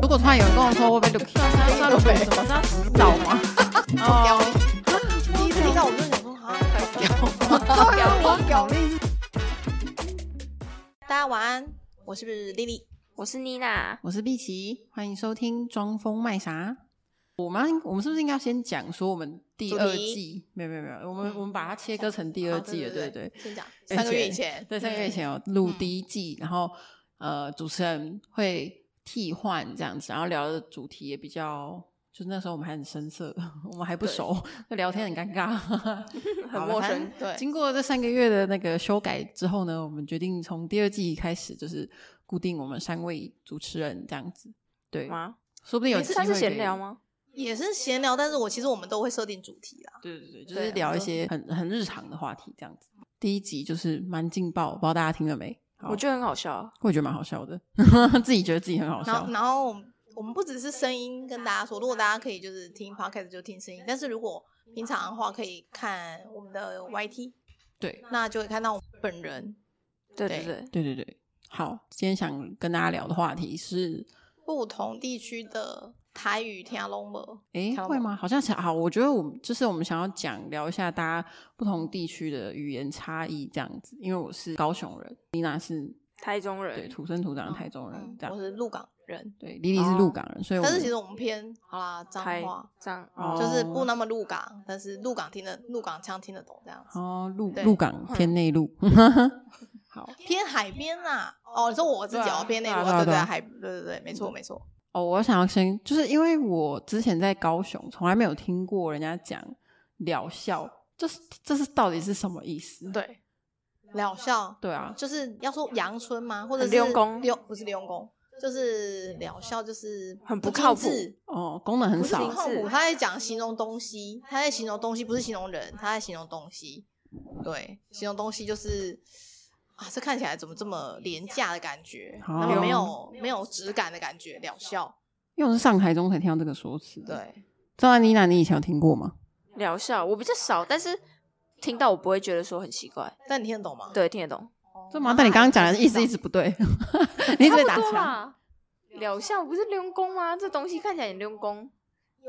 如果突然有人跟我说我被 l u 酸酸梅梅什么？那找吗？屌哦，第一次听到我就想说啊，屌屌大家晚安，我是不是丽丽？我是妮娜，我是碧琪，欢迎收听《装疯卖傻》。我们我们是不是应该先讲说我们第二主题季？没有没有没有，我们嗯我们把它切割成第好二季了，对对对。先讲而且三个月以前，对，三个月嗯，前哦，录第一季，然后呃，主持人会替换这样子，然后聊的主题也比较，就是那时候我们还很生涩，我们还不对熟，那聊天很尴尬，很好陌。反生正，对，经过这三个月的那个修改之后呢，我们决定从第二季开始就是固定我们三位主持人这样子，对，吗？说不定有你机是会算是可闲以聊？吗？也是闲聊，但是我其实我们都会设定主题啦，对对对，就对是啊聊一就些很很日常的话题这样子。第一集就是蛮劲爆，不知道大家听了没？好我觉得很好笑。啊我也觉得蛮好笑的， 自己觉得自己很好然笑后，。然后我们我们不只是声音跟大家说，如果大家可以就是听 podcast 就听声音，但是如果平常的话可以看我们的 YT，对，那就会看到我们本人。对对对对对，对对。好，今天想跟大家聊的话题是，不同地区的台语听龙膜，诶，跳舞会吗？好像想好，我觉得我们就是我们想要讲聊一下大家不同地区的语言差异这样子，因为我是高雄人，妮娜是台中对人，土生土长的台中人嗯这样我，是鹿港人，对，莉莉是哦鹿港人，所以我但是们其实我们偏好啦脏台话，张哦就是不那么鹿港，但是鹿港听得鹿港腔听得懂这样子，哦鹿对鹿港嗯偏内陆， 好。偏海边啦。哦，你说我自己对啊哦，偏内陆对啊对啊啊，对对对啊啊，海对对对，没错没错。哦，我想要先，就是因为我之前在高雄从来没有听过人家讲疗效，这是这是到底是什么意思？对，疗效对啊，就是要说阳春吗？或者是很溜工溜不是溜工，就是疗效就是很不不靠谱精致哦，功能很不是少不，靠是谱，他在讲形容东西，他在形容东西，不是形容人，他在形容东西。对，形容东西就是啊，这看起来怎么这么廉价的感觉，哦然后没有没有质感的感觉，疗效。因为我是上台中才听到这个说辞的。对，赵安妮娜，你以前有听过吗？疗效，我比较少，但是听到我不会觉得说很奇怪，但你听得懂吗？对，听得懂。哦，这吗？但你刚刚讲的意思一直直不 对，你一直被差打不多枪。啦。疗效不是溜工吗？这东西看起来很溜工。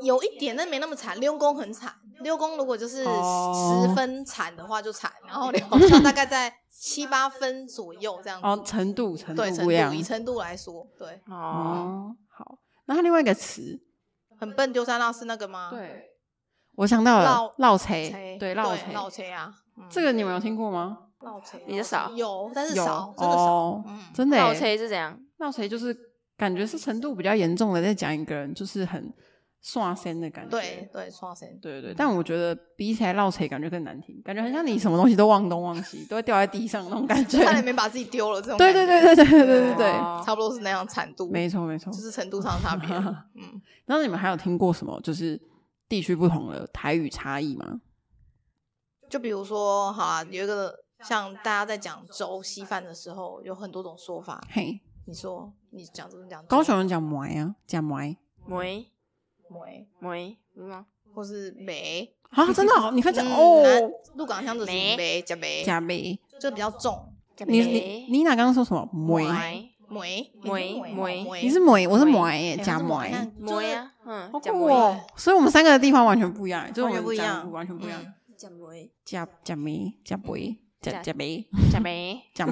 有一点，但没那么惨。溜工很惨，溜工如果就是哦十分惨的话就惨，然后疗效大概在七八分左右这样子。哦，程度程度对，程不一样度。以嗯程度来说，对，哦，哦，好。那它另外一个词，很笨丢三落四那个吗？。对，我想到了绕绕锤锤，对绕锤，老锤啊，嗯这个你们有听过吗？老锤比较少有，但是有少，真的少。哦嗯，真的倒耶车是怎样？闹谁就是感觉是程度比较严重的，在讲一个人就是很刷身的感觉。对嗯对，双神对对对，但我觉得比起来闹谁感觉更难听，感觉很像你什么东西都忘东忘西，都会掉在地上那种感觉。嗯差点没把自己丢了，这种嗯对对对对对对对对对，哦差不多是那样惨度，没错没错就。是程度上的差别。嗯，然后你们还有听过什么就是地区不同的台语差异吗？就比如说，好啊，有一个像大家在讲粥稀饭的时候，有很多种说法。嘿，你说你讲怎么讲粥？高雄人讲埋啊，讲埋梅梅，梅不是吗？或是梅，啊，真的、 哦，你看讲、嗯哦，，那鹿港腔就是梅梅加梅，假梅，就比较重。你梅你妮娜刚刚说什么埋？梅梅梅梅梅你是埋，我是梅埋耶，假埋。梅啊，嗯，好讲酷梅哦！所以我们三个的地方完全不一样，就是我完全们不一讲样，完全不一样嗯。。讲梅加加梅、加梅、加加加梅、加讲梅、梅讲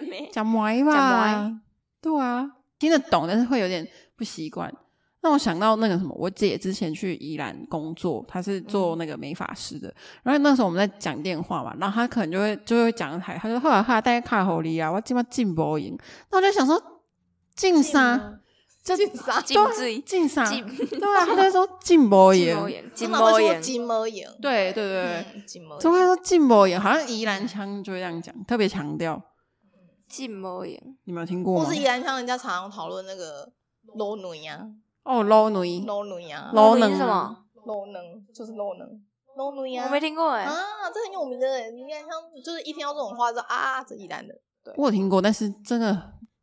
梅，加梅加吧？对啊，听得懂，但是会有点不习惯。让我想到那个什么，我姐之前去宜兰工作，她是嗯做那个美发师的。然后那时候我们在讲电话嘛，然后她可能就会就会讲台，她说：“啊后来后来带卡喉里啊，我今晚进不赢。”那我就想说，进啥？就进啥进对啊水进啥？ 进对啊，她就说啊进不赢。眼，真金的会毛说眼，金毛眼，对对对对，嗯，金毛就眼。会说进步也好像宜兰腔就会这样讲，特别强调。金毛眼，你们有听过或吗是？宜兰像人家常常讨论那个 low 女呀哦，low 女，low 女呀老你能是什么？ ，low 能就是 low 能，low 女呀，我没听过哎，啊，这很有名的耶，宜兰像就是一听到这种话就啊，这宜兰的，我有听过，但是真的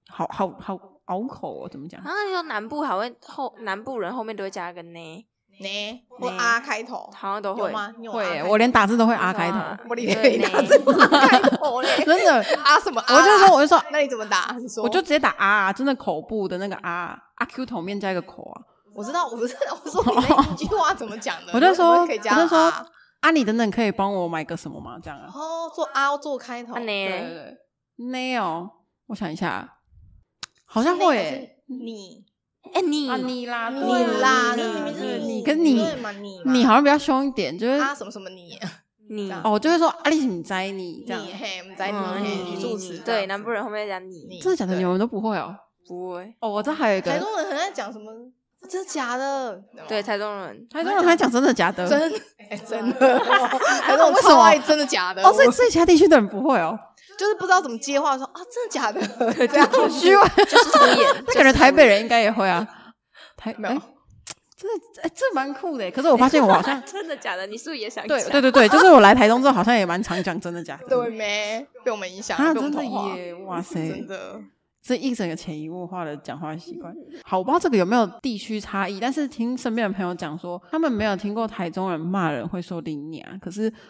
好好好拗口哦，怎么讲？啊，你说南部还会后南部人后面都会加个呢，呢或呢啊开头，好像都有会。吗？你有会啊耶，开我连打字都会啊真开的头，啊我连 对打呢字都啊开头嘞，真的， 啊什么啊？我就说，我就说，那你怎么打？你说，我就直接打啊，真的口部的那个啊，阿 Q 头面加一个口啊，我知道，我不知道，我说你那一句话怎么讲的？我就说，我可以加就说啊，啊，你等等可以帮我买个什么吗？这样啊，哦，做啊要做开头啊，对对呢？对，nail，我想一下，好像会耶，你哎，你啊你啦，你对啦，你那明明对是你你跟你，对嘛你嘛你好像比较凶一点，就是啊什么什么你你这样哦，我就会说啊，你请摘你这样，你嘿，我们在你嗯嘿你语助你词对，这样南部人后面讲子你，你真的假的？你对们都不会哦？不会。哦，我这还有一个台，中人很爱讲什么？啊真的假的？对，台台中人台中人还讲真的假的？真 哎真的，台中人为什超么爱真的假的？哦，所以我所以其他地区的人不会哦，就是不知道怎么接话，说啊真的 假的 这样。好虚伪。，就是敷衍 那感觉台北人应该也会啊，台没有哎真的哎，这蛮酷的。可 是我发现我好 像真的假的？你是不是也想对讲对对对，就是我来台中之后，好像也蛮常讲真的假的。对没？被我们影响，啊，被真我们的同化，耶！哇塞真，的。这一整个潜移默化的讲话习惯。好，我不知道这个有没有地区差异，但是听身边的朋友讲说，他们没有听过台中人骂人会说“林娘”，可是。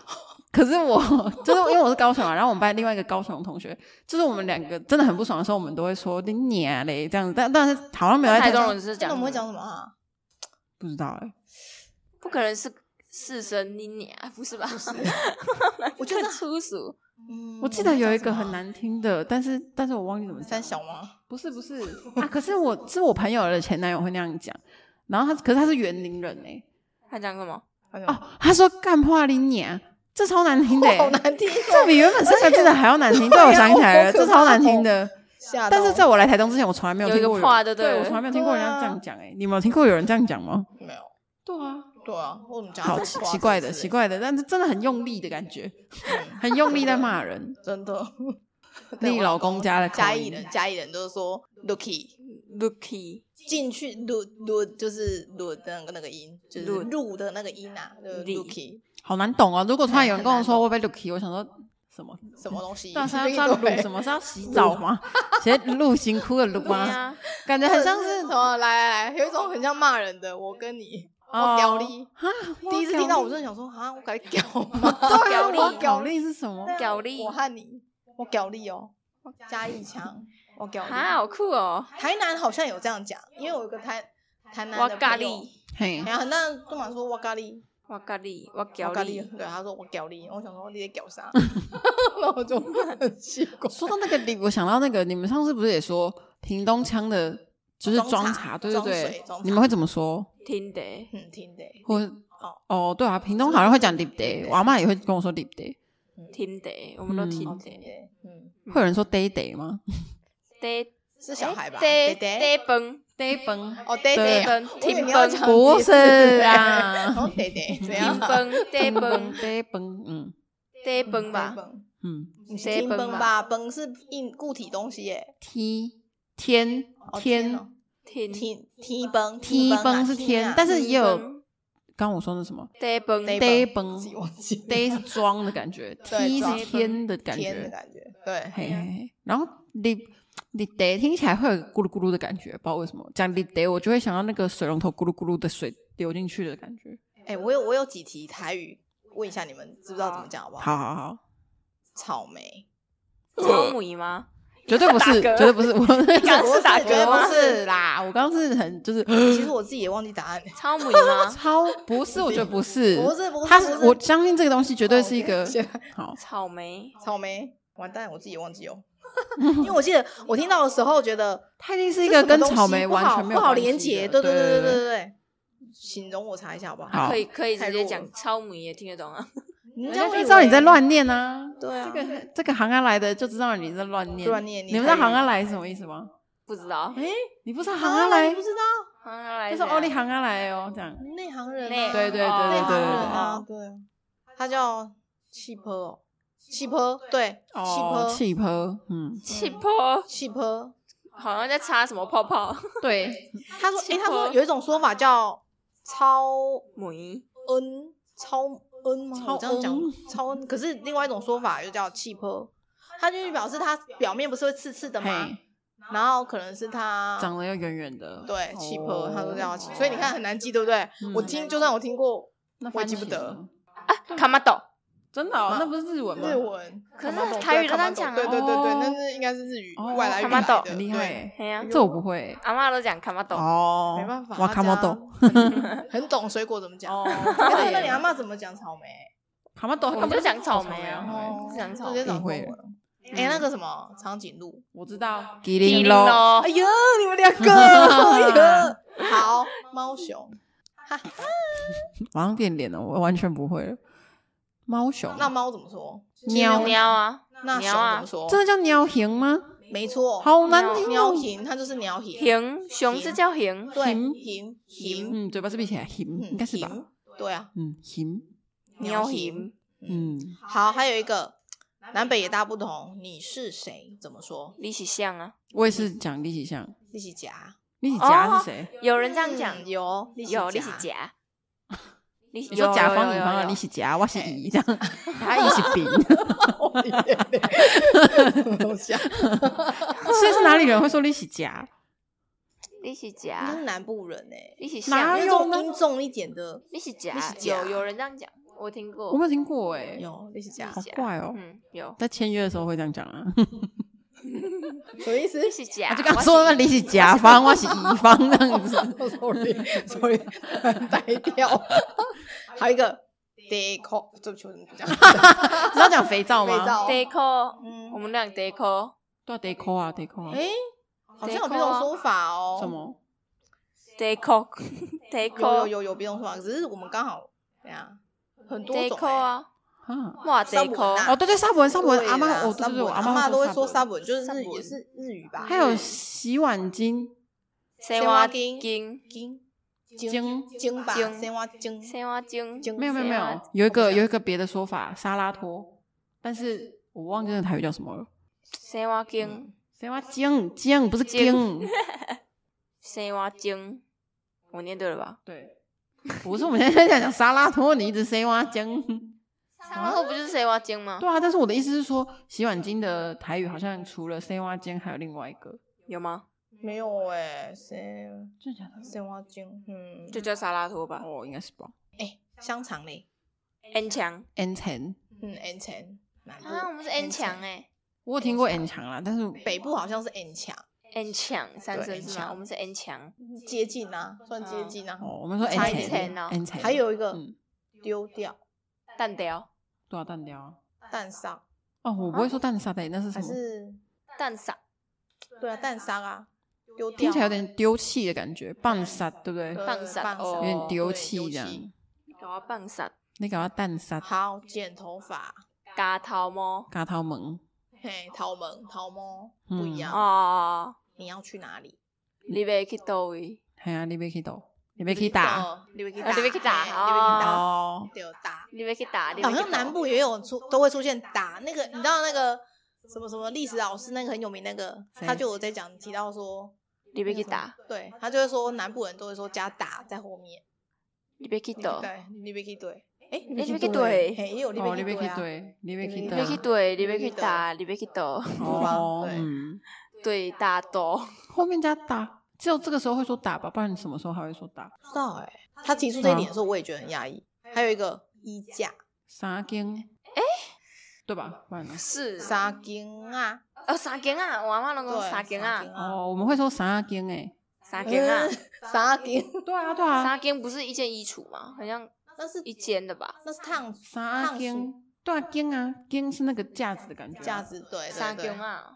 可是我 就是因为我是高雄啊，然后我们班另外一个高雄同学，就是我们两个真的很不爽的时候，我们都会说“你娘嘞”这样子，但但是好像没有在台中中人是那讲我们会什讲么什么啊？不知道哎、不可能是四声你你啊，不是吧？ 我觉得更粗俗，嗯我记得有一个很讲什么啊难听的，但是但是我忘记怎么三讲。小吗？不是不是啊，可是我是我朋友的前男友会那样讲，然后他可是他是园林人哎、他讲什么？还有哦，他说干话你娘，这超难听的、欸，好难听哦，这比原本三个字的还要难听。对，我想起来了，好可这怕超难听的。吓到但是在我来台东之前，我从来没有听过有一个话人对不对对，我从来没有听过人家这样讲哎、你们有听过有人这样讲吗？没有，对啊，对啊，我怎么讲好奇奇怪的，奇奇怪的，但是真的很用力的感觉，很用力在骂人。真的。对 你我老公家的口嘉义音人，嘉义人都说 “looky” Lucky 进去 “lu lu” 就是 “lu” 的那个那个音，就是路入的那个音啊，就是力 “looky” 好难懂哦。如果突然有人跟我说很我被 Lucky，我想说什么？什么东西？但是他 对要卤什么？是要洗澡吗？写露辛苦的对卤吗？呀，感觉很像是 什么？来来来，有一种很像骂人的，我跟你。哦我屌力， 啊！第一次听到，我就真的想说啊，我该屌 吗？对啊，屌力我屌力是什么？ 屌力我和你，我屌力哦，我加一强，我屌力。啊，好酷哦！台南好像有这样讲，因为我有个台台南哇的咖朋友喱，嘿然，后那都满说哇咖喱，哇咖喱，哇哇屌咖力喱，，对，他说我屌力，我想说你在 屌啥，然后我就很奇怪，说到那个里，我想到那个，你们上次不是也说屏东腔的，就是装装哦茶茶，对对装水对装，茶你们会怎么说？听得嗯，听的，或哦，对啊，屏东好像会讲 lip day，我阿妈也会跟我说 lip day，听得，我们都嗯听哦，听得。的，嗯，会有人说 day day 吗得是小孩吧？爹得爹，得崩？day 崩哦，哎对爹爹，崩我以为停你要崩讲不是 然啊后爹爹怎样停？崩得崩，day 崩，嗯得崩吧？崩，嗯你是爹听崩崩吧吧？崩是硬固体东西耶， ，t 天哦天哦听听听崩踢崩是天天啊，，但是也有崩刚刚我说的什 么得崩得 day 自崩己忘记 day 是装的感觉对，t 装是天的感天的觉，感觉，对，嘿嘿，嘿，然后 lip lip day 听起来会有咕噜咕噜的感觉，不知道为什么讲 lip day 我就会想到那个水龙头咕噜咕噜的水流进去的感觉。哎、我有我有几题台语，问一下你们知不知道怎么讲好不好？好好好，草莓，草母吗？绝对不 是，打嗝绝对不 是，我那刚刚是打绝对嗝不吗？是啦，我刚刚是很就是其实我自己也忘记答案了。草母吗？超不是，我觉得不是，啊不是不是它不是是我相信这个东西绝对是一哦个，OK，谢谢好草莓草莓，完蛋，我自己也忘 记哦。因为我记得我听到的时候，觉得它一定是这一个什么跟东西草莓不完好全没有不好关系连的结，对对对对对对对。形容我查一下好不好？好可以可以太直接弱讲了草母也听得懂啊。人人家会就以知道你在为乱念啊。对啊这个这个行安来的就知道你在乱念，乱念你们知台道语行安来是什么意思吗？不知道，哎，你不知道行行啊安来来你不，知道好像来啊就自是哦，你行安来哦，这样。内行人内啊，对对对哦内对行对人对对。啊，对，他叫气泡哦，气泡对，气哦泡，气泡，嗯，气泡，气泡。好像在擦什么泡泡。 对，他说，气诶、他说泡有一种说法叫超母音恩，超恩吗？超我这样恩讲，超恩。可是另外一种说法又叫气泡，它就是表示它表面不是会刺刺的吗嘿？然后可能是他长得又圆圆的，啊对气泡，他说这样哦气，所以你看很难记，对不对？嗯我听就算我听过那我也番记不茄得呢，啊，卡玛豆，真的哦，那那不是日文吗？日文，可是 Kamado，台语对都这样 Kamado，讲啊对对对对，哦那是应该是日语哦外来语来 Kamado，的，很厉害耶对，嘿呀，这我不会阿妈都讲卡玛豆，哦没办法，哇，大卡家莫豆， 很懂水果怎么讲。哦哎真的那耶那你阿妈怎么讲草莓？卡莫豆，我他们们就讲草莓莓啊啊，哦，讲草直莓接讲你会嗯中文。哎，那个什么长颈鹿，我知道，吉吉林咯，咯哎，呀，你们两 个，哎呀， 好，猫熊，马上变脸了，我完全不会了。猫熊，那猫怎么说？喵喵啊，那熊喵啊怎么说？真的叫鸟形吗？没错，好难听鸟哦。形，它就是鸟形，熊熊是叫熊，对形形形，嗯，嘴巴是闭起来，形嗯应该是吧？形？对啊，嗯，形，喵形。熊，嗯，好，还有一个南北也大不同，你是谁？怎么说？你是像啊，我也是讲立起象，立起夹，立起夹哦是谁？有人这样讲，嗯有有你立是 甲，你你说甲方有乙有方啊，有你是甲，我是乙，这样， 他乙是丙，东西 啊？ 所以是哪里人会说立起甲？你是那甲是，南部人哎，你是哪有像，那种呢音重一点的你是甲你是，甲有有人这样讲，我听过，我没有听过哎，有立起夹好，怪哦。嗯， 有，在签约的时候会这样讲啊，什么意思你是甲，我啊就刚说那你你是甲方，我是乙方这样子。 ？Sorry，Sorry，呆掉。还有一个 deco，对不起，我 怎么不讲？你要讲肥皂吗？肥皂 deco，嗯我们俩 deco 对啊，deco 啊，deco 啊。嗯哎，好像有这种说法哦。什？么？ deco 有有 deco 有有别种说法，只是我们刚好怎样，很多种 deco 欸。啊，啊？哇萨姆文 deco，啊哦，对对，沙文，沙文，对阿妈，啦哦，对对对，我萨阿姆文妈都会说说沙沙文。文，就是日萨姆也文是日语吧？嗯还有洗碗巾，塞蛙瓦丁金，金金金吧，金青蛙金塞瓦金，金没有没有没塞有瓦，有一啊个有一个别的说法，沙拉托，但是我忘记那个台语叫什么了。塞瓦金，谁话巾巾不是巾 巾，塞瓦金，我念对了吧？对，不是我们现在在讲沙拉托，你一直谁话巾？然后不就是塞瓦金吗？对啊，但是我的意思是说，洗碗巾的台语好像除了 C 蛙巾，还有另外一个，有吗？没有哎，谁真的假的？青蛙金？嗯，就叫沙拉托吧哦，应该是吧。哎香肠嘞， ，N 强 N 城，嗯，N 城南部啊，我们是 N 强欸哎我有听过 N 强啦，但是北部好像是 N 强， ，N 强三声，N 是强吗？我们是 N 强接近啊，算接近啊。哦，我们说 N 差一城层哦，N 城，还有一个嗯丢掉蛋雕多少蛋雕啊？蛋沙哦，我不会说蛋沙的，那是什还么？是蛋散对啊蛋沙啊，丢掉啊听起来有点丢弃的感觉，半杀对啊不对？对棒沙棒沙哦有点丢弃对这丢弃样。搞啊棒散你搞他蛋杀，好剪头发，嘎桃猫嘎头门，嘿，桃门桃猫不嗯一样。哦，你要去哪里？你要去倒位？系啊，你要去倒，你要去打。哦，你会去打，啊你要去打嘿哦哦，你会去打，对，打。哦好你要去打？你要去像倒南部也有出，都会出现打那个，你知道那个什么什么历史老师那个很有名那个，谁他就有在讲提到说，你要去打？对他就会说南部人都会说加打在后面，你要去你倒？对，你别去对，哎，你要去对，对嘿，也有你哦，你别去要对去啊，对，你要去你你打要。去对，你要去打，你要去倒，哦，对嗯，对打倒。后面加打，只有这个时候会说打吧，不然什么时候还会说打？不知道哎，他提出这一点的时候，我也觉得很压抑。还有一个衣架，三更，哎，对吧？不然呢？是纱巾啊，哦，三更啊，我阿妈拢对，讲三更啊，哦，哦，我们会说三更哎。三更嗯 啊，纱巾，对啊，对呃啊，三更不是一件衣橱吗？好像那是一间的吧？那是烫三烫熟更，对啊，更啊，更是那个架子的感觉啊。架子，对，对三更对啊，嗯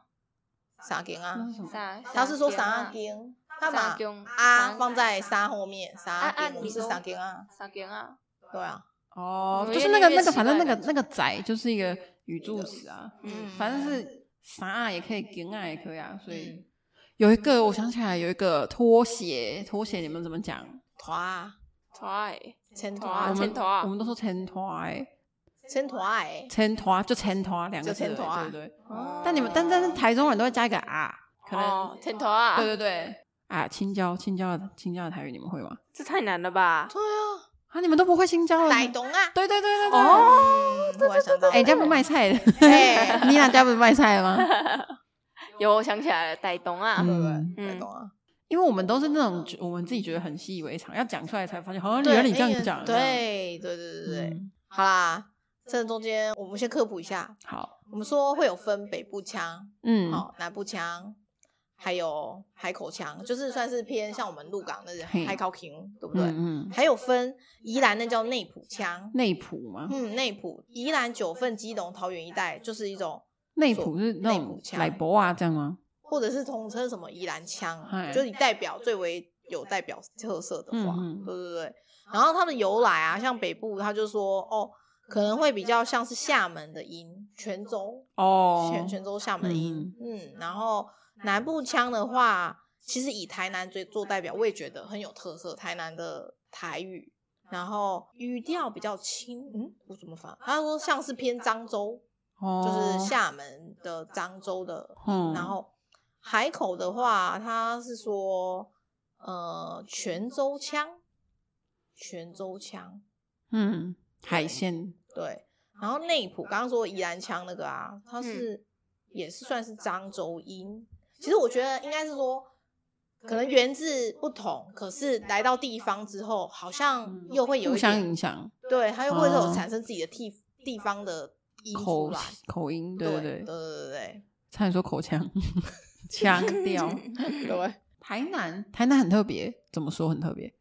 沙羹那是啊，什么？三他是说沙三更啊羹，他三把更啊三放在沙后面，沙啊啊羹你不是说沙羹啊，三更啊，对啊，哦，嗯就是越那念个越那个，奇反正那怪个感那个宅就是一个语助词啊，嗯，反正是啥啊也可以，梗啊也可以啊，所以嗯有一个我想起来有一个拖鞋，拖鞋你们怎么讲？团啊，对，千啊我团，们前拖啊我们都说前拖哎，千团哎，前拖就前拖两个就字而前已，拖啊对对对。哦但你们但但是台中人都会加一个啊，可能哦，天头啊，对对对啊，青椒青椒的青椒的台语你们会吗？这太难了吧？对啊，啊，你们都不会青椒的，奶对冻啊，对对对哎对。哦，突然想到， 哎，人家不卖菜的， 哎你俩家不是卖菜的吗？有，我想起来了，傣东啊，对不嗯对？懂啊？因为我们都是那种我们自己觉得很习以为常，要讲出来才发现，好像嗯对，原来你哎这样也讲，对对对对这样对，嗯好啦，这中间我们先科普一下，好，我们说会有分北部腔、嗯，好、南部腔，还有海口腔，就是算是偏向我们鹿港那是嘿海口腔，对不对？嗯嗯，还有分宜兰那叫内埔腔，内埔吗？嗯，内埔、宜兰、九份、基隆、桃园一带就是一种，内埔是那内种埔腔奶博啊这样吗？或者是统称什么宜兰嗨腔，就是以代表最为有代表特色的话，嗯嗯对对对。然后它的由来啊，像北部，它就说哦，可能会比较像是厦门的音，泉州哦，泉泉州厦门的音，嗯然后南部腔的话，其实以台南最做代表，我也觉得很有特色，台南的台语，然后语调比较轻，嗯，我怎么反？他说像是偏漳州，哦，就是厦门的漳州的，嗯然后海口的话，他是说呃泉州腔，泉州腔，嗯，海鲜对，然后内埔刚刚说宜兰腔那个啊，它是、也是算是漳州音。其实我觉得应该是说，可能源自不同，可是来到地方之后，好像又会有互一相点，影响，对，它又会有哦产生自己的地地方的音出口来。口音，对对对对，对差点说口 腔，腔调。对对，台南，台南很特别，怎么说很特别？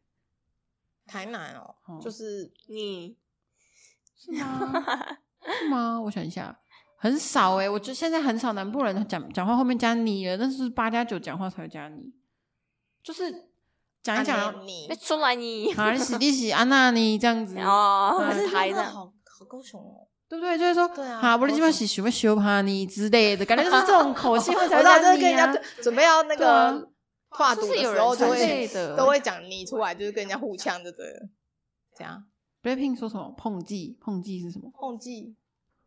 台南哦，哦就是你是吗？是吗？我想一下，很少哎、我觉得现在很少南部人讲讲话后面加你了，那是八加九讲话才会加你，就是讲一讲啊安然后，妮被出来 你啊，你洗地洗安娜你这样子，哦嗯，可是台真的南好好高雄哦。对不对？就是说，对啊好，我的我鸡巴懂洗什么修怕你之类的，感觉就是这种口气会才 我会知道就加是跟你人家啊准准备要那对啊个跨度就是的有时人候，之就类会的，都会讲你出来，就是跟人家互呛，对不对了？这样 Blackpink 说什么碰技？碰技是什么？碰气，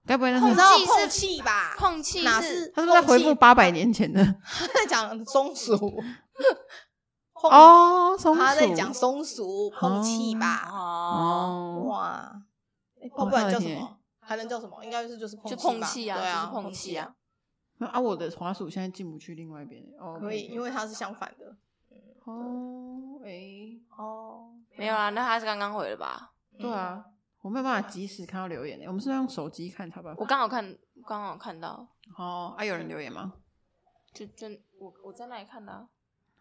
该不会那你是知道是碰气吧？碰气哪是是？他是不是在回 复碰气？八百年前的？他在讲松鼠。碰，哦，松鼠。他在讲松鼠碰气吧？哦，哦，哇，诶哦不然叫我看了什耶么？还能叫什么？应该是就是碰就吧碰气啊对啊，就是碰气啊。那啊，我的滑鼠现在进不去另外一边。哦，啊可以，因为为它是相反的。哦，诶，哦，没有啊，那他是刚刚回了吧？对嗯啊，我没有办法及时看到留言诶，我们是要用手机看才有办我法。刚好看，刚好看到，哦，啊，有人留言吗？就就我我在那里看的啊，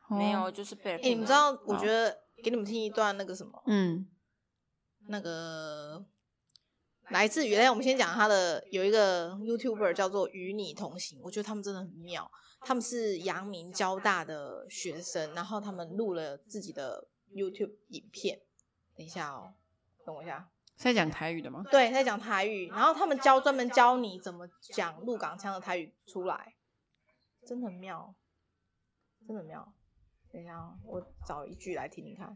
哦没有，，就是被人哎，你们知道？我觉得给你们听一段那个什么，嗯，那个来自于，来哎我们先讲他的有一个 YouTuber 叫做与你同行，我觉得他们真的很妙，他们是阳明交大的学生，然后他们录了自己的 YouTube 影片。等一下哦，等我一下。是在讲台语的吗？对，在讲台语，然后他们教专门教你怎么讲鹿港腔的台语出来，真的很妙，真的很妙。嗯等一下哦，我找一句来听听看。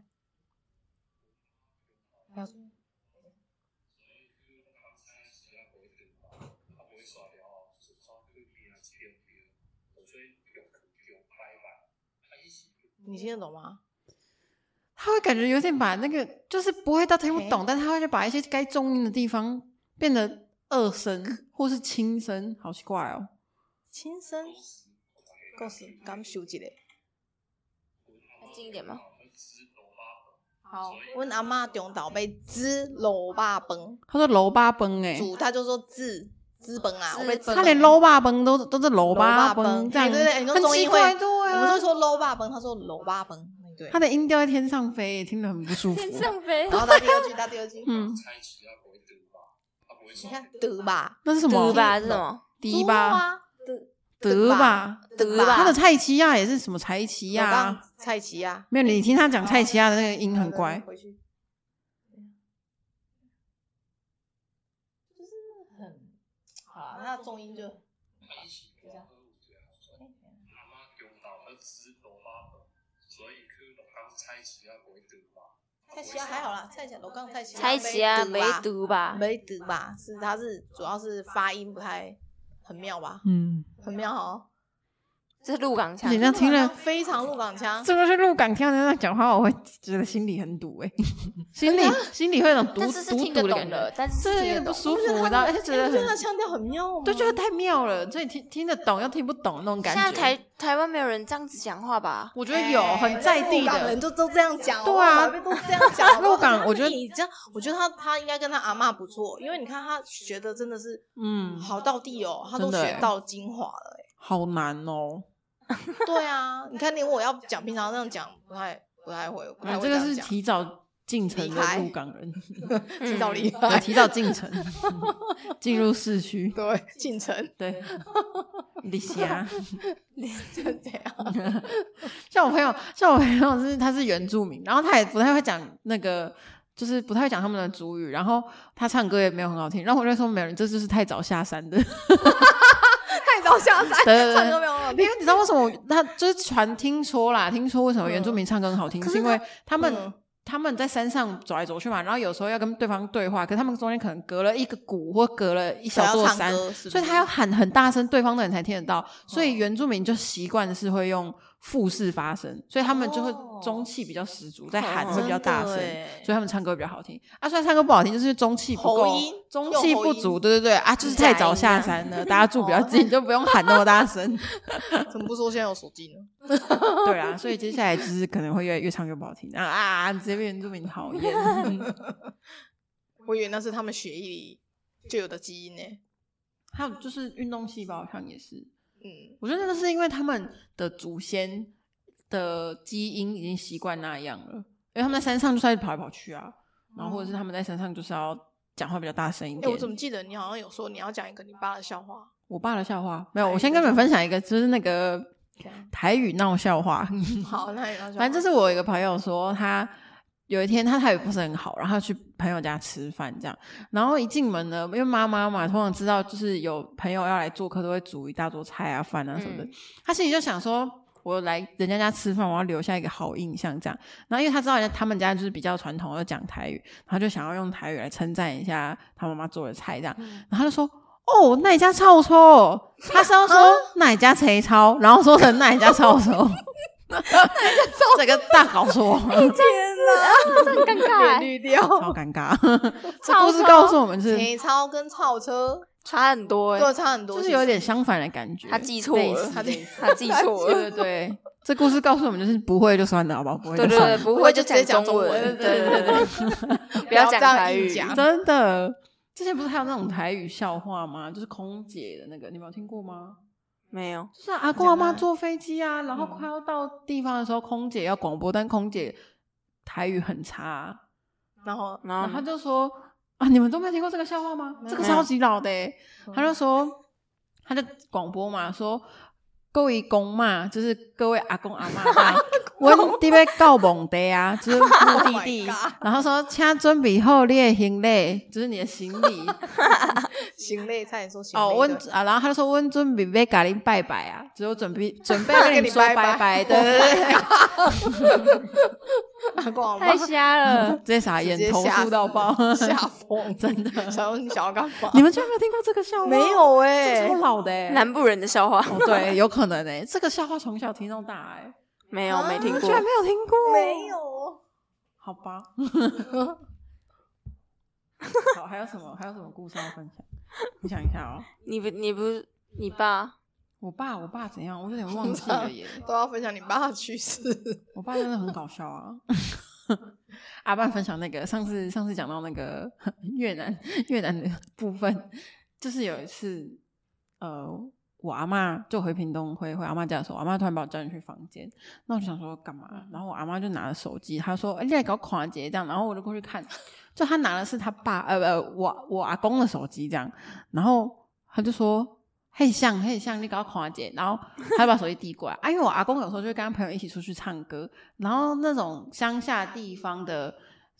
要你听得懂吗？他会感觉有点把那个，就是不会到听不懂，诶但他会就把一些该重音的地方变得二声 或是轻声，好奇怪哦。轻声，告诉刚修一个。近一点吗？好，阮阿嬷中岛被煮卤肉饭，他说楼巴崩哎，煮她就说煮煮饭啊，煮我被饭他连楼，楼巴崩都都是楼巴崩崩啊哎这样，对对对，你说很中奇医会怪，，对我们都啊。说卤肉饭，他说卤肉饭，对他。的音调在天上飞，听得很不舒服。天上 飞，然后到第二句，到第二句，嗯，你看得吧，那是什么猪？吧是什么？迪猪吧，啊，得德吧，得吧他的蔡奇亚也是什么柴奇亚啊？呀，蔡奇呀，没有，你听他哦讲蔡奇亚的那个音很乖好的。回去哎就是很好啦，那重音就蔡奇亚啊还好啦，蔡奇亚，我刚蔡奇亚，猜奇啊，没没毒吧？没得吧？是它是主要是发音不太很妙吧？嗯，很妙哦。这是鹿港腔你。那听了非常鹿港腔，是不是鹿港听到那讲话，我会觉得心里很 堵哎、心里心里会有种堵但是是堵听得堵的懂感觉的，，但是真的是有听点得不懂。舒我觉得服，他然后而的且觉得你不觉得他很腔调很妙吗？对，觉得太妙了，所以听听得懂又听不懂那种感现觉。在台台湾没有人这样子讲话吧？我觉得有很在地哎鹿港人的，就都这样 讲，对啊我们都这样讲。好不好鹿港我觉得你这样，我觉得他他应该跟他阿嬷不错，因为你看他学的真的是嗯，好到地哦，他都真的欸学到精华了欸。好难哦。对啊，你看连我要讲平常那样讲不太不太会，不太嗯会这个样是讲提早进城厉害的鹿港 人，听到厉对，害，提早进 城，嗯进入市区， 对，进城对，李霞。就这样。像我朋友，像我朋友是他是原住民，然后他也不太会讲那个，就是不太会讲他们的族语，然后他唱歌也没有很好听，然后我就说没有人，这就是太早下山的， 太早下山，对 对对唱歌没有很因为你知道为什么他就是传听说啦，听说为什么原住民唱歌很好听，可是是因为他们。嗯他们在山上走来走去嘛，然后有时候要跟对方对话，可是他们中间可能隔了一个谷或隔了一小座山，所以他要喊很大声，对方的人才听得哦到。所以原住民就习惯是会用腹式发声，所以他们就会哦中气比较十足，在喊哦会比较大声，真的欸所以他们唱歌比较好听。啊，虽然唱歌不好听，就是中气不够喉音，中气不又喉足，音对对对啊，就是太早下山 了，大家住比较近，就不用喊那么大声。怎么不说现在有手机呢？哦对啊，所以接下来就是可能会越越唱越不好听啊啊，直接被原住民讨 厌。 我以为那是他们血液里就有的基因呢。还有就是运动细胞好像也是，嗯，我觉得那是因为他们的祖先的基因已经习惯那样了，因为他们在山上就是要跑来跑去啊，然后或者是他们在山上就是要讲话比较大声一哎，点。哦我怎么记得你好像有说你要讲一个你爸的笑话？我爸的笑话没有？我先跟你们分享一个，就是那个这样台语闹笑 话。好，那也要讲。嗯反正就是我有一个朋友说，他有一天他台语不是很好，然后他去朋友家吃饭这样，然后一进门呢，因为妈妈嘛，通常知道就是有朋友要来做客，都会煮一大桌菜啊、饭啊什么的。嗯他心里就想说，我来人家家吃饭，我要留下一个好印象这样。然后因为他知道人家他们家就是比较传统，要讲台语，然后就想要用台语来称赞一下他妈妈做的菜这样。然后他就说。哦，那一家超抽哦，他是要说那一家谁超，然后说成那一家超抽，整个大搞错，天哪，这很尴脸尬欸，绿掉。超尴尬。这故事告诉我们是，黑超跟超车差很多哎对，差很多，就是有点相反的感觉。他记错类似了，他类记似 他记错对了， 对对， 这故事告诉我们就是不会就算了，好不好？不会对就对算对，了，不不会会就就讲直接讲中中文，文对对对对，其实不要这讲样台硬语讲真的。之前不是还有那种台语笑话吗？就是空姐的那个，你没有听过吗？没有，嗯就是阿公阿妈讲啊坐飞机啊，然后快要到地方的时候，空姐要广播，但空姐台语很差，啊然后然然后后他就说啊，你们都没有听过这个笑话吗？没有这个超级老的欸、嗯他就说，他就广播嘛，说各位公妈，就是各位阿公阿妈这样， 我这边到蒙地啊，就是目的地 Oh my god 然后说请准备好你的行李，就是你的行李 行类差点说行哦，类温的 啊，然后他就说温准备要跟你拜拜啊，只有准备准备跟跟你你说拜拜拜，拜 对对对对，阿公阿太嬷瞎了， 直接傻直眼，接投吓诉到死爆，，吓疯 真 的，想说你想要干嘛？你们居然没有听过这个笑话？没有这哎超，老的、欸，南部人的笑话哦，对，有可能诶、这个笑话从小听到大欸诶、没有没啊你听们居过，然没有听过？没，有，哦好吧。好，还有什么？还有什么故事要分享？我想一下哦。你不你不是你爸我爸，我爸怎样？我有点忘记了耶。都要分享你爸的 趣事。我爸真的很搞笑啊。阿爸分享那个上次上次讲到那个越南越南的部分，就是有一次，呃，我阿妈就回屏东回回阿妈家的时候，我阿妈突然把我叫进去房间，那我就想说干嘛？然后我阿妈就拿着手机，她说：“哎、你来搞垮节这样。”然后我就过去看，就她拿的是她爸呃呃我我阿公的手机这样，然后她就说。嘿像嘿像，你搞垮节，然后她就把手机递过来。啊，因为我阿公有时候就会跟他朋友一起出去唱歌，然后那种乡下地方的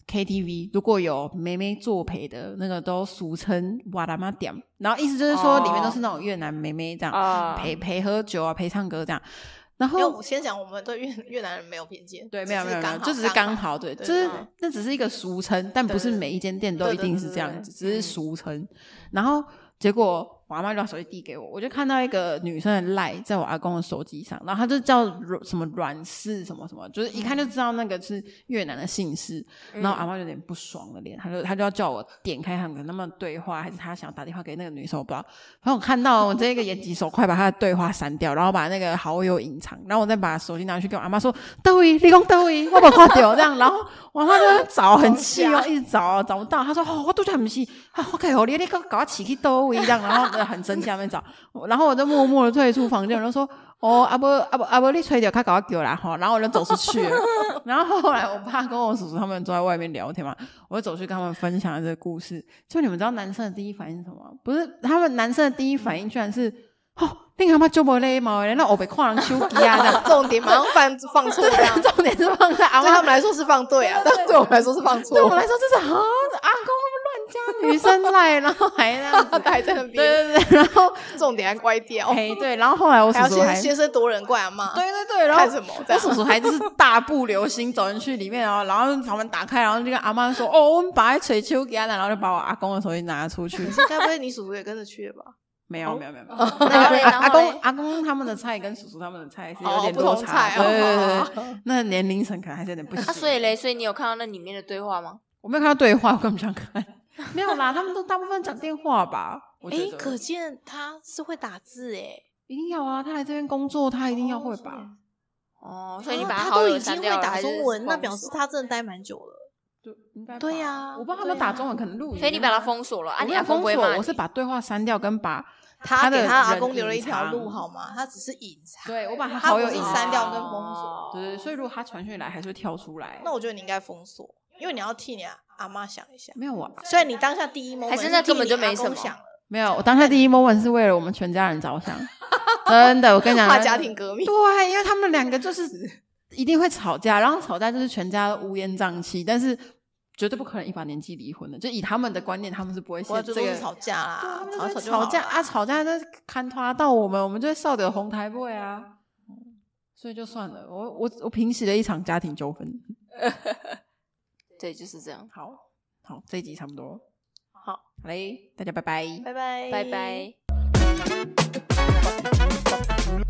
KTV，如果有妹妹作陪的那个，都俗称瓦达玛点，然后意思就是说哦里面都是那种越南妹妹这样、啊，陪陪喝酒啊，陪唱歌这样。然因为后我先讲，我们对越越南人没有偏见，对，没有只没是有没有，好就只是刚好。好对，对就是嗯那只是一个俗称，但不是对对每一间店都对一对嗯定对是对这样对子，只是嗯。俗称。然后结果我阿妈就把手机递给我，我就看到一个女生的赖在我阿公的手机上，然后他就叫阮什么阮氏什么什么，就是一看就知道那个是越南的姓氏。然后阿嗯妈有点不爽的脸，她就她就要叫我点开他们的那么对话，还是她想打电话给那个女生，我不知道。反正我看到我这个眼疾手快把她的对话删掉，然后把那个好友隐藏，然后我再把手机拿去跟我阿妈说：“德一，立功德一，我把挂掉。”这样， 然后我妈就找很气哦，一直找找不到。她说：“哦，我都在很气，啊，我给我你你搞搞起去德一这样。”然后很生气，那边找，然后我就默默的退出房间，我就说。哦，阿伯阿伯阿伯，你吹掉，他搞到我啦吼，然后我就走出去了。 然后后来我爸跟我叔叔他们坐在外面聊天嘛，我就走去跟他们分享了这个故事。就你们知道男生的第一反应是什么吗？不是他们男生的第一反应居然是哦，那个他妈就没勒毛诶，那我被跨人手机啊这样 啊重点马上放放错，这样重点是放在阿对他妈们，来说是放对啊，但对我们来说是放错。对我们来说这是啊阿公乱加 女生赖，然后 还那样子。还在那对边，对对，然后重点还歪掉，哎对，然后后来我叔还要叔还先先声夺人怪阿妈，对对对，然后看什么这我样？叔叔还就是大步流星走进去里面哦，然后把门打开，然后就跟阿妈说：“哦，我们把它捶秋给他拿，然后就把我阿公的手机拿出去可。是该不会你叔叔也跟着去了吧？没有，没有，没有，没有。然后嘞，阿然阿后公嘞，阿公他们的菜跟叔叔他们的菜是有哦，点不落同差，菜对对哦对，好对那年龄层可能还是有点不行。啊，所以嘞，所以你有看到那里面的对话吗？我没有看到对话，我根本不想看。没有啦，他们都大部分讲电话吧？我觉哎，得可见他是会打字哎，一定要啊，他来这边工作，他一定要会吧？哦，所所以以你把啊他好都友已删经掉会了，打还是中文，那封表示锁他真的待蛮久了。就应该吧对呀我不知道他们打中文可能录影，所以你把他封锁了啊？我没你有阿公封不会锁，骂我你是把对话删掉，跟把他给的他阿人公留了一条隐藏路好吗？他只是隐藏，对我把他他好不友是隐删哦掉跟藏封锁。对对，对所以如果他传讯来，还是会跳出来。哦那我觉得你应该封锁，因为你要替你阿阿妈想一下。没有我虽然你当下第一 moment 还是那替根本你就阿没什公么想了，没有，我当下第一 moment 是为了我们全家人着 想，真的，我跟你讲，啊怕家庭革命。对，因为他们两个就是一定会吵架，然后吵架就是全家乌烟瘴气，但是绝对不可能一把年纪离婚的，就以他们的观念，他们是不会我写最这多是个。吵架对啦他，们吵就会一吵就吵好架了啊，吵架就是看拖到我们，我们就会受得红台位啊，嗯所以就算了，我我我平息了一场家庭纠纷。对，就是这样，好，好，这一集差不多，好，好嘞，大家拜拜。拜拜，拜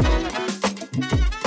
拜。